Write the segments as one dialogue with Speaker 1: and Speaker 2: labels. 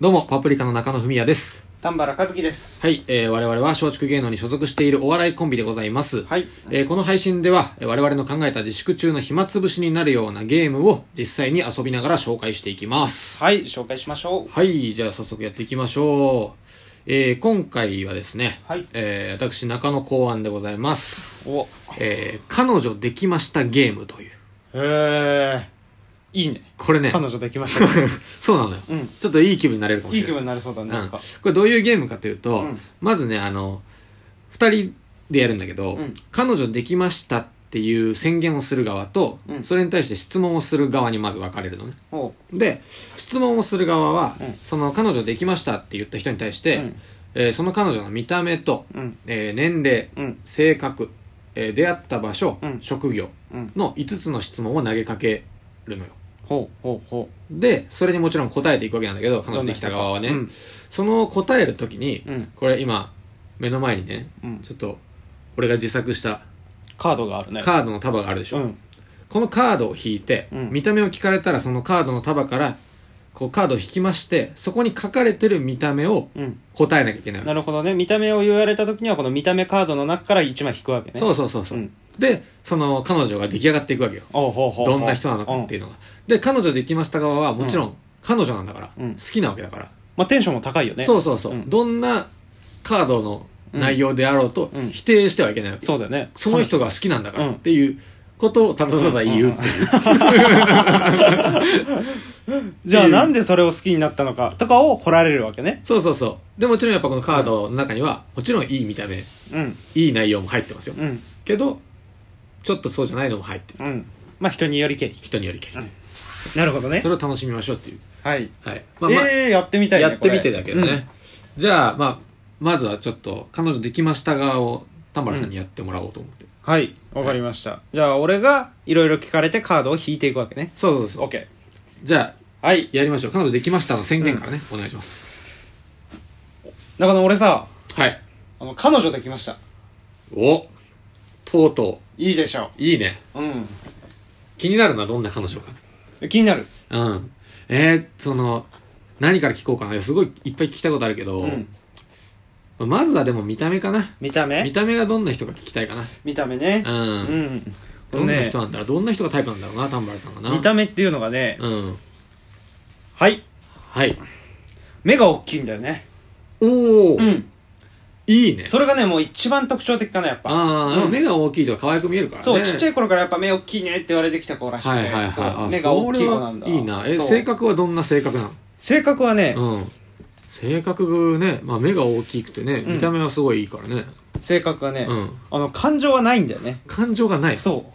Speaker 1: どうも、パプリカの中野文也です。
Speaker 2: 丹原和樹です
Speaker 1: はい、えー、我々は松竹芸能に所属しているお笑いコンビでございます。
Speaker 2: はい
Speaker 1: えー、この配信では、えー我々の考えた自粛中の暇つぶしになるようなゲームを実際に遊びながら紹介していきます。
Speaker 2: はい紹介しましょう
Speaker 1: はい、じゃあ早速やっていきましょう。えー、今回はですね、
Speaker 2: はい
Speaker 1: えー、私中野考案でございます。
Speaker 2: お
Speaker 1: えー、彼女できましたゲームという。
Speaker 2: へえいいね
Speaker 1: これね、
Speaker 2: 彼女できましたね
Speaker 1: そうなのよ、
Speaker 2: うん
Speaker 1: ちょっといい気分になれるかもし
Speaker 2: い
Speaker 1: れない
Speaker 2: い気。分になりそうだね
Speaker 1: う
Speaker 2: なん
Speaker 1: ん、
Speaker 2: か
Speaker 1: これどういうゲームかというと、
Speaker 2: ん
Speaker 1: まずねあの2人でやるんだけど、
Speaker 2: うん
Speaker 1: 彼女できましたっていう宣言をする側と、
Speaker 2: うん
Speaker 1: それに対して質問をする側にまず分かれるのね
Speaker 2: おう
Speaker 1: で質問をする側は、
Speaker 2: うん
Speaker 1: その彼女できましたって言った人に対して、
Speaker 2: うん
Speaker 1: えーその彼女の見た目と、
Speaker 2: うん
Speaker 1: えー年齢、
Speaker 2: うん
Speaker 1: 性格、えー出会った場所、
Speaker 2: うん
Speaker 1: 職業
Speaker 2: うん
Speaker 1: の5つの質問を投げかけるのよ
Speaker 2: ほうほうほ
Speaker 1: で、それにもちろん答えていくわけなんだけど、彼女できた側はね。
Speaker 2: どんな人かうん
Speaker 1: その答えるときに、
Speaker 2: うん
Speaker 1: これ今、目の前にね、
Speaker 2: うん
Speaker 1: ちょっと、俺が自作した
Speaker 2: うカードがあるね
Speaker 1: カードの束があるでしょ。
Speaker 2: うん
Speaker 1: このカードを引いて、
Speaker 2: うん
Speaker 1: 見た目を聞かれたらそのカードの束から、こうカードを引きまして、そこに書かれてる見た目を
Speaker 2: うん
Speaker 1: 答えなきゃいけないわけ
Speaker 2: なるほどね見た目を言われた時にはこの見た目カードの中から1枚引くわけね
Speaker 1: そううそうそうそう、
Speaker 2: ん
Speaker 1: で、その彼女が出来上がっていくわけよ。
Speaker 2: おうほうほう
Speaker 1: どんな人なのかっていううのが。で、彼女できました側はもちろん、彼女なんだから、
Speaker 2: うん
Speaker 1: 好きなわけだから。
Speaker 2: んまあテンションも高いよね
Speaker 1: そうそうそう、
Speaker 2: ん
Speaker 1: どんなカードの内容であろうと
Speaker 2: うん
Speaker 1: 否定してはいけないわけ、
Speaker 2: そうだよね
Speaker 1: その人が好きなんだから
Speaker 2: うん
Speaker 1: っていうことをただただ言うっていう、
Speaker 2: じゃあなんでそれを好きになったのかとかを掘られるわけね
Speaker 1: そうそうそうでもちろんやっぱこのカードの中にはもちろんいい見た目い
Speaker 2: うん
Speaker 1: い内容も入ってますよ、
Speaker 2: うん
Speaker 1: けどちょっとそうじゃないのも入ってる
Speaker 2: うんまあ人によりけり
Speaker 1: 人によりけり、
Speaker 2: なるほどね
Speaker 1: それを楽しみましょうっていう
Speaker 2: はい
Speaker 1: はいまあまあ、
Speaker 2: ええやってみたいね
Speaker 1: やってみてだけど
Speaker 2: これ
Speaker 1: ね、じゃあまあまずはちょっと彼女できました側を田原さんにやってもらおうと思って、
Speaker 2: はい、わかりました。じゃあ、俺がいろいろ聞かれてカードを引いていくわけね。
Speaker 1: そうそうそう
Speaker 2: OK。
Speaker 1: じゃあ
Speaker 2: はい。
Speaker 1: やりましょう。彼女できましたの宣言からね、お願いします。
Speaker 2: だから俺さ、
Speaker 1: はい。
Speaker 2: あの、彼女できました。
Speaker 1: おとうと
Speaker 2: いいでしょ
Speaker 1: う。いいね。
Speaker 2: う。うん。
Speaker 1: 気になるのはどんな彼女か。
Speaker 2: 気になる。
Speaker 1: うん。えー、その、何から聞こうかな。すごいいっぱい聞きたいことあるけど、
Speaker 2: うん。
Speaker 1: まずはでも見た目かな。
Speaker 2: 見た目
Speaker 1: 見
Speaker 2: 見
Speaker 1: た目がどんな人か聞きたいかな。
Speaker 2: た目ね。
Speaker 1: うん。
Speaker 2: うん。
Speaker 1: どんな人なんだろう。どんな人がタイプなんだろうな、丹原さんがな。
Speaker 2: 見た目っていうのがね、
Speaker 1: うん。
Speaker 2: はい。
Speaker 1: はい。
Speaker 2: 目が大きいんだよね。
Speaker 1: おお、
Speaker 2: うん。
Speaker 1: いいね。
Speaker 2: それがね、もう一番特徴的かな、やっぱ。
Speaker 1: ああ、
Speaker 2: うん
Speaker 1: 目が大きいとか可愛く見えるからね。
Speaker 2: そう、ちっちゃ
Speaker 1: い。
Speaker 2: い頃からやっぱ目大きいねって言われてきた子らしくて。
Speaker 1: はいはい
Speaker 2: そ
Speaker 1: は
Speaker 2: う
Speaker 1: いあ。
Speaker 2: 目が大きい子なんだ。
Speaker 1: それはいいな。え、
Speaker 2: そう
Speaker 1: 性格はどんな性格なの
Speaker 2: 性格はね、
Speaker 1: うん。性格ね、まあ目が大きくてね、
Speaker 2: ん
Speaker 1: 見た目はすごいいいからね。
Speaker 2: 性格はね、
Speaker 1: うん
Speaker 2: あの、感情はないんだよね。
Speaker 1: 感情がない。
Speaker 2: そ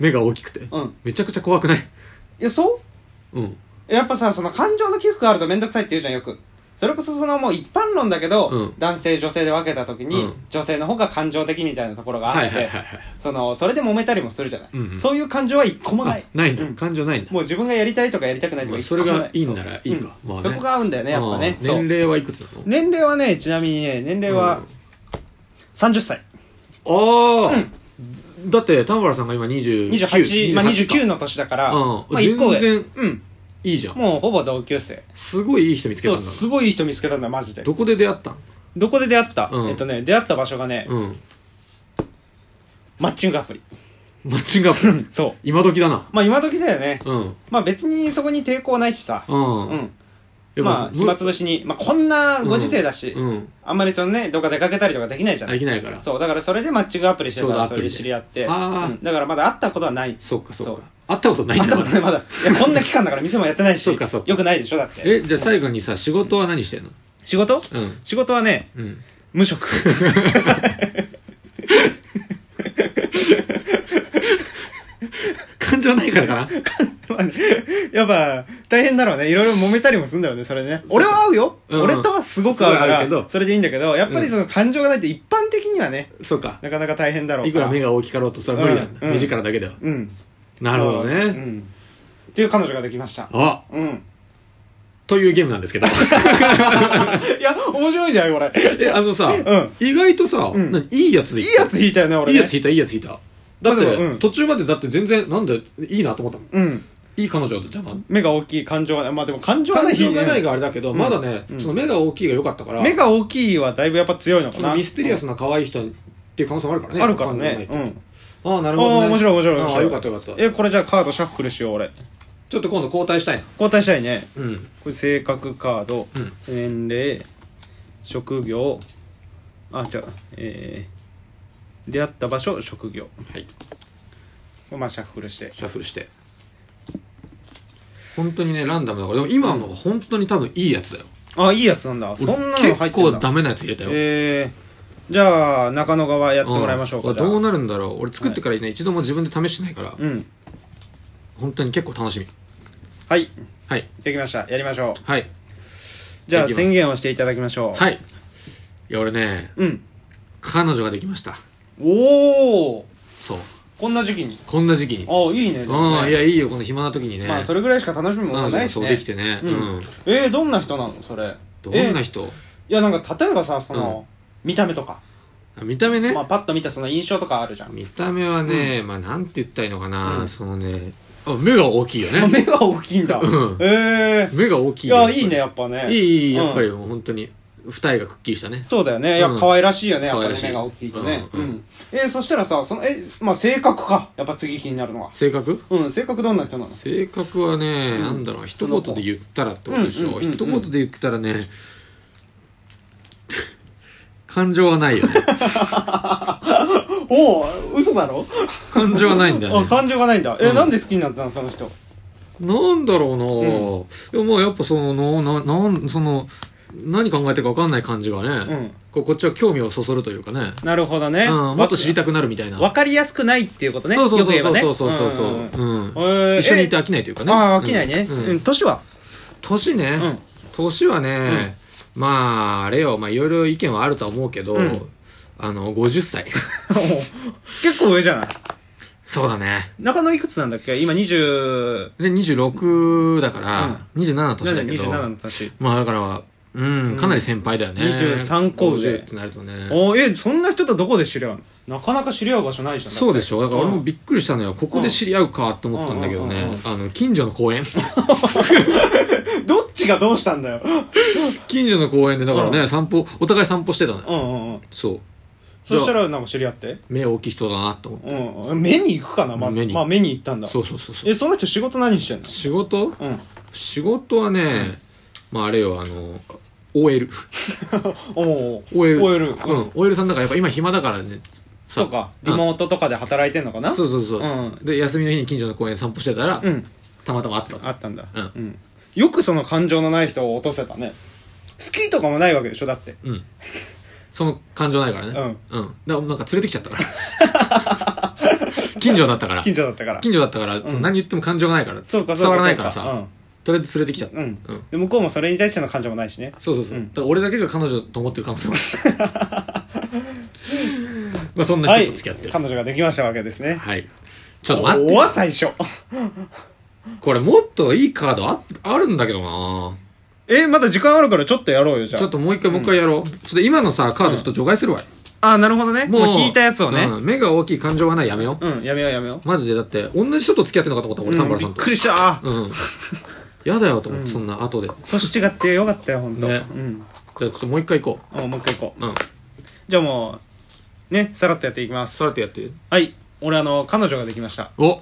Speaker 1: 目が大きくて。
Speaker 2: う。うん。
Speaker 1: めちゃくちゃ怖くない。
Speaker 2: いや、そう
Speaker 1: うん。
Speaker 2: やっぱさ、その感情の起伏があるとめんどくさいって言うじゃん、よく。それこそそのもう一般論だけど、
Speaker 1: うん
Speaker 2: 男性女性で分けた時に、
Speaker 1: うん
Speaker 2: 女性の方が感情的みたいなところがあ
Speaker 1: は
Speaker 2: っ
Speaker 1: い
Speaker 2: て、
Speaker 1: はいはいはい。
Speaker 2: その、それで揉めたりもするじゃない。
Speaker 1: うんうん
Speaker 2: そういう感情は一個もな
Speaker 1: あ。
Speaker 2: い
Speaker 1: ないんだ
Speaker 2: う。ん
Speaker 1: 感情ないんだ。
Speaker 2: もう自分がやりたいとかやりたくないと
Speaker 1: ま
Speaker 2: か
Speaker 1: あ
Speaker 2: 一
Speaker 1: そ
Speaker 2: 個も
Speaker 1: れ
Speaker 2: ない。
Speaker 1: がいいんならいいか。
Speaker 2: そう
Speaker 1: まあ
Speaker 2: そこが合うんだよね、やっぱね。
Speaker 1: うん
Speaker 2: そう
Speaker 1: 年齢はいくつなの
Speaker 2: 年齢はね、ちなみにね、年齢
Speaker 1: う
Speaker 2: は
Speaker 1: ん
Speaker 2: 30歳。
Speaker 1: ああだって、田村さんが今29。
Speaker 2: 28、まあ
Speaker 1: か
Speaker 2: 29の年だから、
Speaker 1: うん
Speaker 2: まあ一個上。
Speaker 1: 全然
Speaker 2: うん。
Speaker 1: いいじゃん。
Speaker 2: もうほぼ同級生。
Speaker 1: すごいいい人見つけ
Speaker 2: そ
Speaker 1: た
Speaker 2: う、
Speaker 1: んだな。
Speaker 2: すごいいい人見つけたんだ、マジで。ど
Speaker 1: どこで出会ったの
Speaker 2: こで出会った、
Speaker 1: うん
Speaker 2: えっとね、出会った場所がね、
Speaker 1: うん。
Speaker 2: マッチングアプリ。
Speaker 1: マッチングアップ。
Speaker 2: そう。
Speaker 1: 今時だな。
Speaker 2: まあ今時だよね。
Speaker 1: うん。
Speaker 2: まあ別にそこに抵抗ないしさ。
Speaker 1: うん。
Speaker 2: うん。
Speaker 1: でも
Speaker 2: まあ暇つぶしに、まあこんなご時世だし、
Speaker 1: うん。
Speaker 2: あんまりそのね、どっか出かけたりとかできないじゃん。
Speaker 1: できないから。
Speaker 2: そう、だからそれでマッチングアプリして
Speaker 1: ちょうど
Speaker 2: た
Speaker 1: アプ
Speaker 2: そ
Speaker 1: リ
Speaker 2: れ
Speaker 1: で
Speaker 2: で知り合って。
Speaker 1: あー
Speaker 2: うんだからまだ会ったことはない。
Speaker 1: そうかそう
Speaker 2: そ
Speaker 1: か
Speaker 2: う。
Speaker 1: 会ったことないん
Speaker 2: 会っ
Speaker 1: だ
Speaker 2: た
Speaker 1: か
Speaker 2: ことない、まだ。いや、こんな期間だから店もやってないし。
Speaker 1: そうかそうか
Speaker 2: よくないでしょ、だって。
Speaker 1: え、じゃあ最後にさ、仕事は何してんの
Speaker 2: 仕事
Speaker 1: うん。
Speaker 2: 仕事はね、
Speaker 1: うん。
Speaker 2: 無職。
Speaker 1: 感情ないからか な
Speaker 2: まあねやっぱ、大変だろうね。いろいろ揉めたりもするんだろうね、それね。
Speaker 1: う
Speaker 2: 俺は合うよ、
Speaker 1: うん
Speaker 2: 俺とはすごく合うか
Speaker 1: すごい合う
Speaker 2: ら
Speaker 1: けど、
Speaker 2: それでいいんだけど、やっぱりその感情がないって一般的にはね、
Speaker 1: そうか。
Speaker 2: なかなか大変だろう
Speaker 1: いくら目が大きかろうと、それは無理なんだ。
Speaker 2: うんうん
Speaker 1: 目力だけでは。
Speaker 2: うん。
Speaker 1: なるほど
Speaker 2: う
Speaker 1: ね。
Speaker 2: ん。っていう彼女ができました。
Speaker 1: あ
Speaker 2: うん。
Speaker 1: というゲームなんですけど。
Speaker 2: いや、面白いじゃん、これ。い
Speaker 1: え、あのさ
Speaker 2: ん、
Speaker 1: 意外とさ、
Speaker 2: ん
Speaker 1: 何いいやつでい
Speaker 2: いやつ引いたよね、俺、
Speaker 1: い
Speaker 2: ね。
Speaker 1: いやつ引いた、いいやつ引いた。だっ
Speaker 2: まあでもう
Speaker 1: て、
Speaker 2: ん
Speaker 1: 途中までだって全然、なんで、いいなと思ったもん。
Speaker 2: うん。
Speaker 1: いい彼女じゃな
Speaker 2: 目が大きい感情がないまあでも感情がな
Speaker 1: 感
Speaker 2: い
Speaker 1: 情がない
Speaker 2: が
Speaker 1: があれだけど、まだね、その目が大きいが良かったから、
Speaker 2: 目が大きいはだいぶやっぱ強いのか
Speaker 1: その
Speaker 2: な
Speaker 1: ミステリアスな可愛い人っていう可能性もあるからね。
Speaker 2: あるから
Speaker 1: 感情ない
Speaker 2: ね
Speaker 1: と
Speaker 2: うん
Speaker 1: ああ、な
Speaker 2: あ
Speaker 1: る
Speaker 2: あ
Speaker 1: ほど、ね。
Speaker 2: 面白い面白い面
Speaker 1: あ
Speaker 2: 白
Speaker 1: あ、
Speaker 2: い
Speaker 1: よかったよかった。
Speaker 2: えこれじゃあカードシャッフルしよう俺
Speaker 1: ちょっと今度交代したいな。
Speaker 2: 交代したいね
Speaker 1: うん。
Speaker 2: これ性格カード、年齢職業あじゃあえー、出会った場所職業
Speaker 1: はい。
Speaker 2: まあシャッフルして
Speaker 1: シャッフルして。本当にね、ランダムだから。でも今のは本当に多分いいやつだよ。
Speaker 2: あいいやつなんだそんなの入ってんだ
Speaker 1: 結構ダメなやつ入れたよ。
Speaker 2: えー、じゃあ中野側やってもらいましょうか、
Speaker 1: ん
Speaker 2: じゃあ
Speaker 1: どうなるんだろう。俺作ってからね、一度も自分で試してないから、
Speaker 2: うん
Speaker 1: 本当に結構楽しみ。
Speaker 2: はい
Speaker 1: はい。
Speaker 2: できましたやりましょう
Speaker 1: はい。
Speaker 2: じゃあ
Speaker 1: できます
Speaker 2: 宣言をしていただきましょう
Speaker 1: はい。いや、俺ね、
Speaker 2: うん
Speaker 1: 彼女ができました。
Speaker 2: おお
Speaker 1: そう。
Speaker 2: こんな時期に
Speaker 1: こんな時期に。
Speaker 2: ああいいねでもね
Speaker 1: うん、いや、いいよ、この暇な時にね。
Speaker 2: まあそれぐらいしか楽しみも
Speaker 1: 彼
Speaker 2: のが
Speaker 1: 女
Speaker 2: な
Speaker 1: が
Speaker 2: いし
Speaker 1: そ
Speaker 2: ね
Speaker 1: うできてね。う
Speaker 2: うん
Speaker 1: ん。
Speaker 2: えー、どんな人なのそれ
Speaker 1: どんな
Speaker 2: えー
Speaker 1: 人
Speaker 2: いやなんか例えばさその、見た目とか、
Speaker 1: 見た目ね
Speaker 2: ま。あ、パッと見たその印象とかあるじゃん
Speaker 1: 見た目はね、まあ、なんて言ったらいいのか
Speaker 2: う
Speaker 1: な。
Speaker 2: ん
Speaker 1: そのね、あ目が大きいよね。
Speaker 2: 目が大きいんだ、
Speaker 1: うん
Speaker 2: ええ
Speaker 1: 目が大き
Speaker 2: い
Speaker 1: いよ。
Speaker 2: やいいねやっぱ
Speaker 1: ぱ
Speaker 2: ね
Speaker 1: り。いい、いい、やっぱり
Speaker 2: うん
Speaker 1: もう本当に、二重がくっきりしたね。
Speaker 2: そうだよねいや
Speaker 1: うん
Speaker 2: 可愛らしいよねやっ
Speaker 1: 可
Speaker 2: ぱ
Speaker 1: 愛ら
Speaker 2: り
Speaker 1: しい
Speaker 2: 目が大きいとねう、
Speaker 1: うんんうん
Speaker 2: えー、そしたらさそのえまあ性格かやっぱ次気になるのは
Speaker 1: 性格
Speaker 2: うん性格どんな人なの
Speaker 1: 性格はね、なんだろう、一言で言ったらってことでし
Speaker 2: うんうん
Speaker 1: ょ。
Speaker 2: うんうん
Speaker 1: 一言で言ったらね、 感情はない よね。
Speaker 2: おお嘘だろ、
Speaker 1: 感情はないんだよ
Speaker 2: あ
Speaker 1: ね。
Speaker 2: 感情がないんだえ、
Speaker 1: うん
Speaker 2: なんで好きになったのその人
Speaker 1: なんだろうな、でもまあやっぱその、な、な、なんその、何考えてるか分かんない感じがね、
Speaker 2: うん
Speaker 1: こうこっちは興味をそそるというかね、
Speaker 2: なるほどね、
Speaker 1: うん、もっと知り
Speaker 2: た
Speaker 1: たくなるみたいな。
Speaker 2: わかりやすくないっていうことね
Speaker 1: そうそうそう
Speaker 2: よく言えばね
Speaker 1: そうそうそうそう。
Speaker 2: ん
Speaker 1: う
Speaker 2: んん
Speaker 1: ん
Speaker 2: えー
Speaker 1: 一緒にいて飽きないというかね。
Speaker 2: ああ飽きないね、
Speaker 1: う
Speaker 2: うんん
Speaker 1: うん
Speaker 2: 年は
Speaker 1: 年ね、
Speaker 2: うん
Speaker 1: 年はね、まあ、あれよ、まあいろいろ意見はあるとは思うけど、
Speaker 2: うん
Speaker 1: あの、50歳。
Speaker 2: 結構上じゃない
Speaker 1: そうだね。
Speaker 2: 中野いくつなんだっけ今20
Speaker 1: で、26だから、27の年だけど、
Speaker 2: 27の年
Speaker 1: まあだから、うん、かなり先輩だよね。
Speaker 2: 23個上
Speaker 1: 50ってなるとね。
Speaker 2: おえそんな人とどこで知り合うのなかなか知り合う場所ないじゃん
Speaker 1: そうでしょだから俺
Speaker 2: う
Speaker 1: も
Speaker 2: ん
Speaker 1: びっくりしたのよ。ここで知り合うかって思ったんだけど
Speaker 2: うんうん
Speaker 1: ね
Speaker 2: うんう。
Speaker 1: あの、近所の公園
Speaker 2: どっちがどうしたんだよ
Speaker 1: 近所の公園でだから
Speaker 2: う
Speaker 1: ね、散歩、お互い散歩してたの
Speaker 2: う
Speaker 1: よ。
Speaker 2: んうんうん
Speaker 1: そう。
Speaker 2: そしたらなんか知り合って
Speaker 1: 目大きい人だなと思っ
Speaker 2: うん目に行くかなまず
Speaker 1: 目に
Speaker 2: まあ目に行ったんだ
Speaker 1: た。そうそうそうそう。
Speaker 2: えその人仕事何してんの
Speaker 1: 仕事
Speaker 2: うん
Speaker 1: 仕事はね、まああれよ、あの、OL。
Speaker 2: おお
Speaker 1: OL。
Speaker 2: OL
Speaker 1: うん OL さんだからやっぱ今暇だからね。そ
Speaker 2: そ
Speaker 1: う
Speaker 2: かリモートとかで働いてんのかな
Speaker 1: そううそうそう
Speaker 2: うん。
Speaker 1: で、休みの日に近所の公園散歩してたら、
Speaker 2: ん
Speaker 1: たまたま会った。
Speaker 2: あったんだ
Speaker 1: うん
Speaker 2: うんよくその感情のない人を落とせたね好きとかもないわけでしょだって
Speaker 1: うん。その感情ないからね。
Speaker 2: う
Speaker 1: うん。だからなんか連れてきちゃったから。近所だったから。
Speaker 2: 近所だったから
Speaker 1: 近所だったから、その何言っても感情がないから。
Speaker 2: そうかそうか
Speaker 1: 伝わらないから
Speaker 2: そうかう
Speaker 1: さ
Speaker 2: ん。
Speaker 1: とりあえず連れてきちゃった。
Speaker 2: うん、で向こうもそれに対しての感情もないしね
Speaker 1: そうそうそう。だから俺だけが彼女と思ってる可能性も ある。まあそんな
Speaker 2: はい
Speaker 1: 人と付き合ってる。
Speaker 2: 彼女ができましたわけですね
Speaker 1: はい。ちょっと待って。
Speaker 2: 怖っ最初
Speaker 1: これもっといいカードあ、あるんだけどな
Speaker 2: えまだ時間あるからちょっとやろうよじゃあ
Speaker 1: ちょっともう一回もう一回やろう。ちょっと今のさ、カードちょっと除外するわよ。
Speaker 2: ああなるほどねもう引いたやつをね
Speaker 1: うん目が大きい感情はないやめよう。
Speaker 2: うん、やめようやめよ
Speaker 1: マジでだって、同じ人と付き合ってんのかと思った
Speaker 2: う、
Speaker 1: 俺、
Speaker 2: う
Speaker 1: 田
Speaker 2: ん、
Speaker 1: 村
Speaker 2: び
Speaker 1: さ
Speaker 2: っ
Speaker 1: んと
Speaker 2: く。りしたあー
Speaker 1: うん。やだよと思って、そんな後で。じ
Speaker 2: 年違ってよかったよほんと、
Speaker 1: ね
Speaker 2: うん
Speaker 1: ゃあちょっともう一回行こ
Speaker 2: あもう一回行こう
Speaker 1: う。うん。
Speaker 2: じゃあもうねさらっとやっていきます
Speaker 1: そうやってやって。
Speaker 2: はい俺あの彼女ができました
Speaker 1: お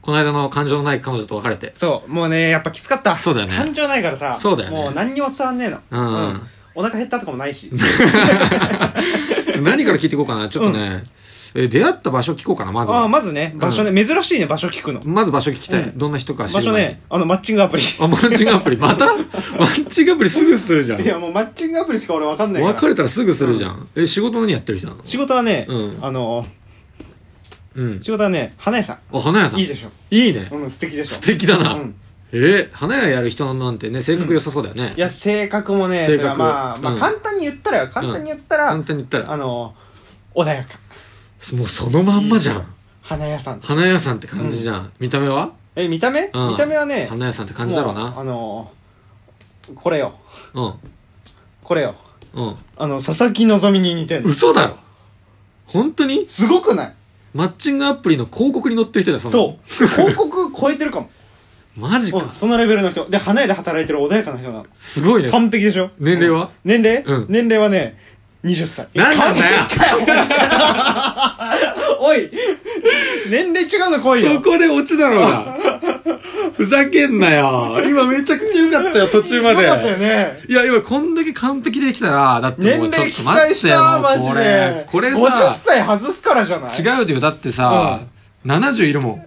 Speaker 1: この間の感情のない彼女と別れて。
Speaker 2: そうもうねやっぱきつかった
Speaker 1: そうだよね
Speaker 2: 感情ないからさ
Speaker 1: そうだよね
Speaker 2: もう何にも伝わんねえの
Speaker 1: うん
Speaker 2: お腹減ったとかもないし
Speaker 1: ちょっと何から聞いていこうかな。ちょっとね、えー出会った場所聞こうかな、まず
Speaker 2: ああ
Speaker 1: は。
Speaker 2: まずね場所ね、珍しいね場所聞くの
Speaker 1: まず場所聞きたい。
Speaker 2: うん
Speaker 1: どんな人か知
Speaker 2: 場
Speaker 1: る
Speaker 2: 所
Speaker 1: 前に
Speaker 2: ね。あのマッチングアプリ
Speaker 1: あ、マッチングアプリ。またマッチングアプリすぐするじゃん
Speaker 2: い。やもうマッチングアプリしか俺わかんないから
Speaker 1: 別れたらすぐするじゃん。え、仕事何やってる人なの
Speaker 2: 仕事はね、
Speaker 1: うん
Speaker 2: あの
Speaker 1: うん。
Speaker 2: 仕事はね花屋さ
Speaker 1: あ、花屋さ
Speaker 2: ん
Speaker 1: ん。
Speaker 2: いいでしょ
Speaker 1: いいね。
Speaker 2: うん素敵でしょ
Speaker 1: 素敵だな。
Speaker 2: うん
Speaker 1: えー花屋やる人なんてね、性格良さそうだよね。
Speaker 2: いや性格もねそ
Speaker 1: 性格
Speaker 2: れはまあ、まあ
Speaker 1: うん
Speaker 2: 簡単に言ったらよ簡単に言ったら、
Speaker 1: 簡単に言った
Speaker 2: あ
Speaker 1: ら、
Speaker 2: の穏やか
Speaker 1: もうそのまんまじゃん。
Speaker 2: 花屋さん
Speaker 1: 花屋さんって感じじゃん。見た目は
Speaker 2: え見た目、
Speaker 1: うん
Speaker 2: 見た目はね
Speaker 1: 花屋さんって感じだろう
Speaker 2: もう
Speaker 1: な。
Speaker 2: あのこれよ
Speaker 1: うん。
Speaker 2: これよ
Speaker 1: うん。
Speaker 2: あの佐々木希に似てる
Speaker 1: 嘘だろ本当に
Speaker 2: すごくない
Speaker 1: マッチングアプリの広告に載ってる人だよ、その
Speaker 2: そう広告超えてるかも
Speaker 1: マジ
Speaker 2: う
Speaker 1: か
Speaker 2: ん、。そのレベルの人。で、花屋で働いてる穏やかな人なの。
Speaker 1: すごいね。
Speaker 2: 完璧でしょ
Speaker 1: 年齢は
Speaker 2: 年齢、
Speaker 1: うん
Speaker 2: 年齢はね、20歳。
Speaker 1: なんなんだよ
Speaker 2: おい年齢違うの来い
Speaker 1: そ
Speaker 2: よ
Speaker 1: こで落ちだろう が。ふざけんなよ。今めちゃくちゃ良かったよ、途中まで。
Speaker 2: よかったよね。
Speaker 1: いや、今こんだけ完璧できたら、だって
Speaker 2: 年
Speaker 1: もうちょ
Speaker 2: 齢
Speaker 1: っ
Speaker 2: 期
Speaker 1: と待
Speaker 2: 待
Speaker 1: って
Speaker 2: し
Speaker 1: よ
Speaker 2: た、
Speaker 1: もう
Speaker 2: マ
Speaker 1: こ
Speaker 2: ジ
Speaker 1: れ
Speaker 2: で。。
Speaker 1: これ
Speaker 2: 50
Speaker 1: さ、
Speaker 2: 歳外すからじゃない
Speaker 1: 違うよ。だってさ、70いるもん。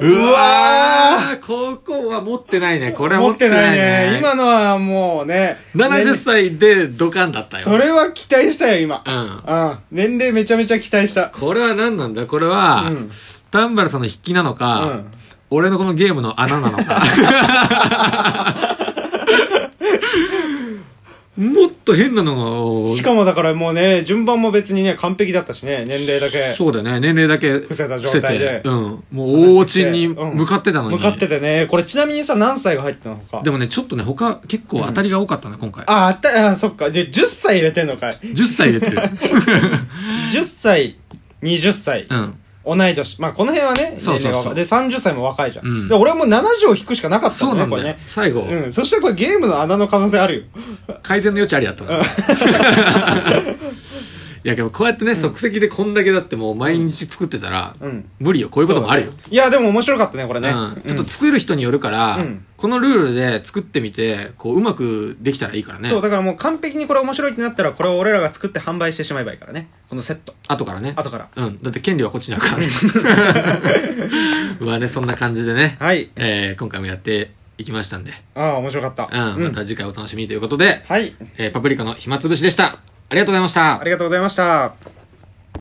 Speaker 1: うわーここは持ってないね。これは持
Speaker 2: 持
Speaker 1: っ
Speaker 2: ってて
Speaker 1: な
Speaker 2: ない
Speaker 1: ね。
Speaker 2: いね。今のはもうね。
Speaker 1: 70
Speaker 2: 年
Speaker 1: 歳でドカンだったよ。
Speaker 2: それは期待したよ、今。
Speaker 1: うん。
Speaker 2: うん。年齢めちゃめちゃ期待した。
Speaker 1: これは何なんだこれは、
Speaker 2: うん
Speaker 1: 丹原さんの筆記なのか、
Speaker 2: うん
Speaker 1: 俺のこのゲームの穴なの か。もっと変なのが、
Speaker 2: しかもだからもうね、順番も別にね、完璧だったしね、年齢だけ。
Speaker 1: そうだよね。年齢だけ伏
Speaker 2: せた状態で
Speaker 1: せてうん。もう大落ちに
Speaker 2: うん
Speaker 1: 向かってたのに。
Speaker 2: 向かっててね、これちなみにさ、何歳が入ってたのか。
Speaker 1: でもね、ちょっとね、他結構当たりが多かったな、今回。
Speaker 2: あ、あった、あ、そっか。で、10歳入れてんのかい。
Speaker 1: 10歳入れて る。
Speaker 2: 10歳、20歳、
Speaker 1: うん。
Speaker 2: 同い年。まあ、この辺はね、
Speaker 1: そうそうそう
Speaker 2: 年齢が若いで、30歳も若いじゃん。
Speaker 1: うん
Speaker 2: で、俺はもう70を引くしかなかった
Speaker 1: そ
Speaker 2: も
Speaker 1: うんな
Speaker 2: ね、
Speaker 1: ん
Speaker 2: こ
Speaker 1: だ
Speaker 2: れ
Speaker 1: よ
Speaker 2: ね。。
Speaker 1: 最後、
Speaker 2: うん。そしてこれゲームの穴の可能性あるよ。
Speaker 1: 改善の余地ありだった な。いや、でもこうやってね、即席でこんだけだってもう毎日作ってたら、
Speaker 2: うん
Speaker 1: 無理よ。こういうこともあるよ。
Speaker 2: いや、でも面白かったね、これね。
Speaker 1: うん、ちょっと作る人によるから、
Speaker 2: うん
Speaker 1: このルールで作ってみて、こう、うまくできたらいいからね。
Speaker 2: そう、だからもう完璧にこれ面白いってなったら、これを俺らが作って販売してしまえばいいからね。このセット。
Speaker 1: 後からね。
Speaker 2: 後から。
Speaker 1: うん。だって権利はこっちにあるからね。 まあね、そんな感じでね、
Speaker 2: はい。
Speaker 1: えー今回もやっていきましたんで、
Speaker 2: ああ、面白かった。
Speaker 1: うん。また次回お楽しみということで、
Speaker 2: はい。
Speaker 1: えーパプリカの暇つぶしでした。ありがとうございました。
Speaker 2: ありがとうございました。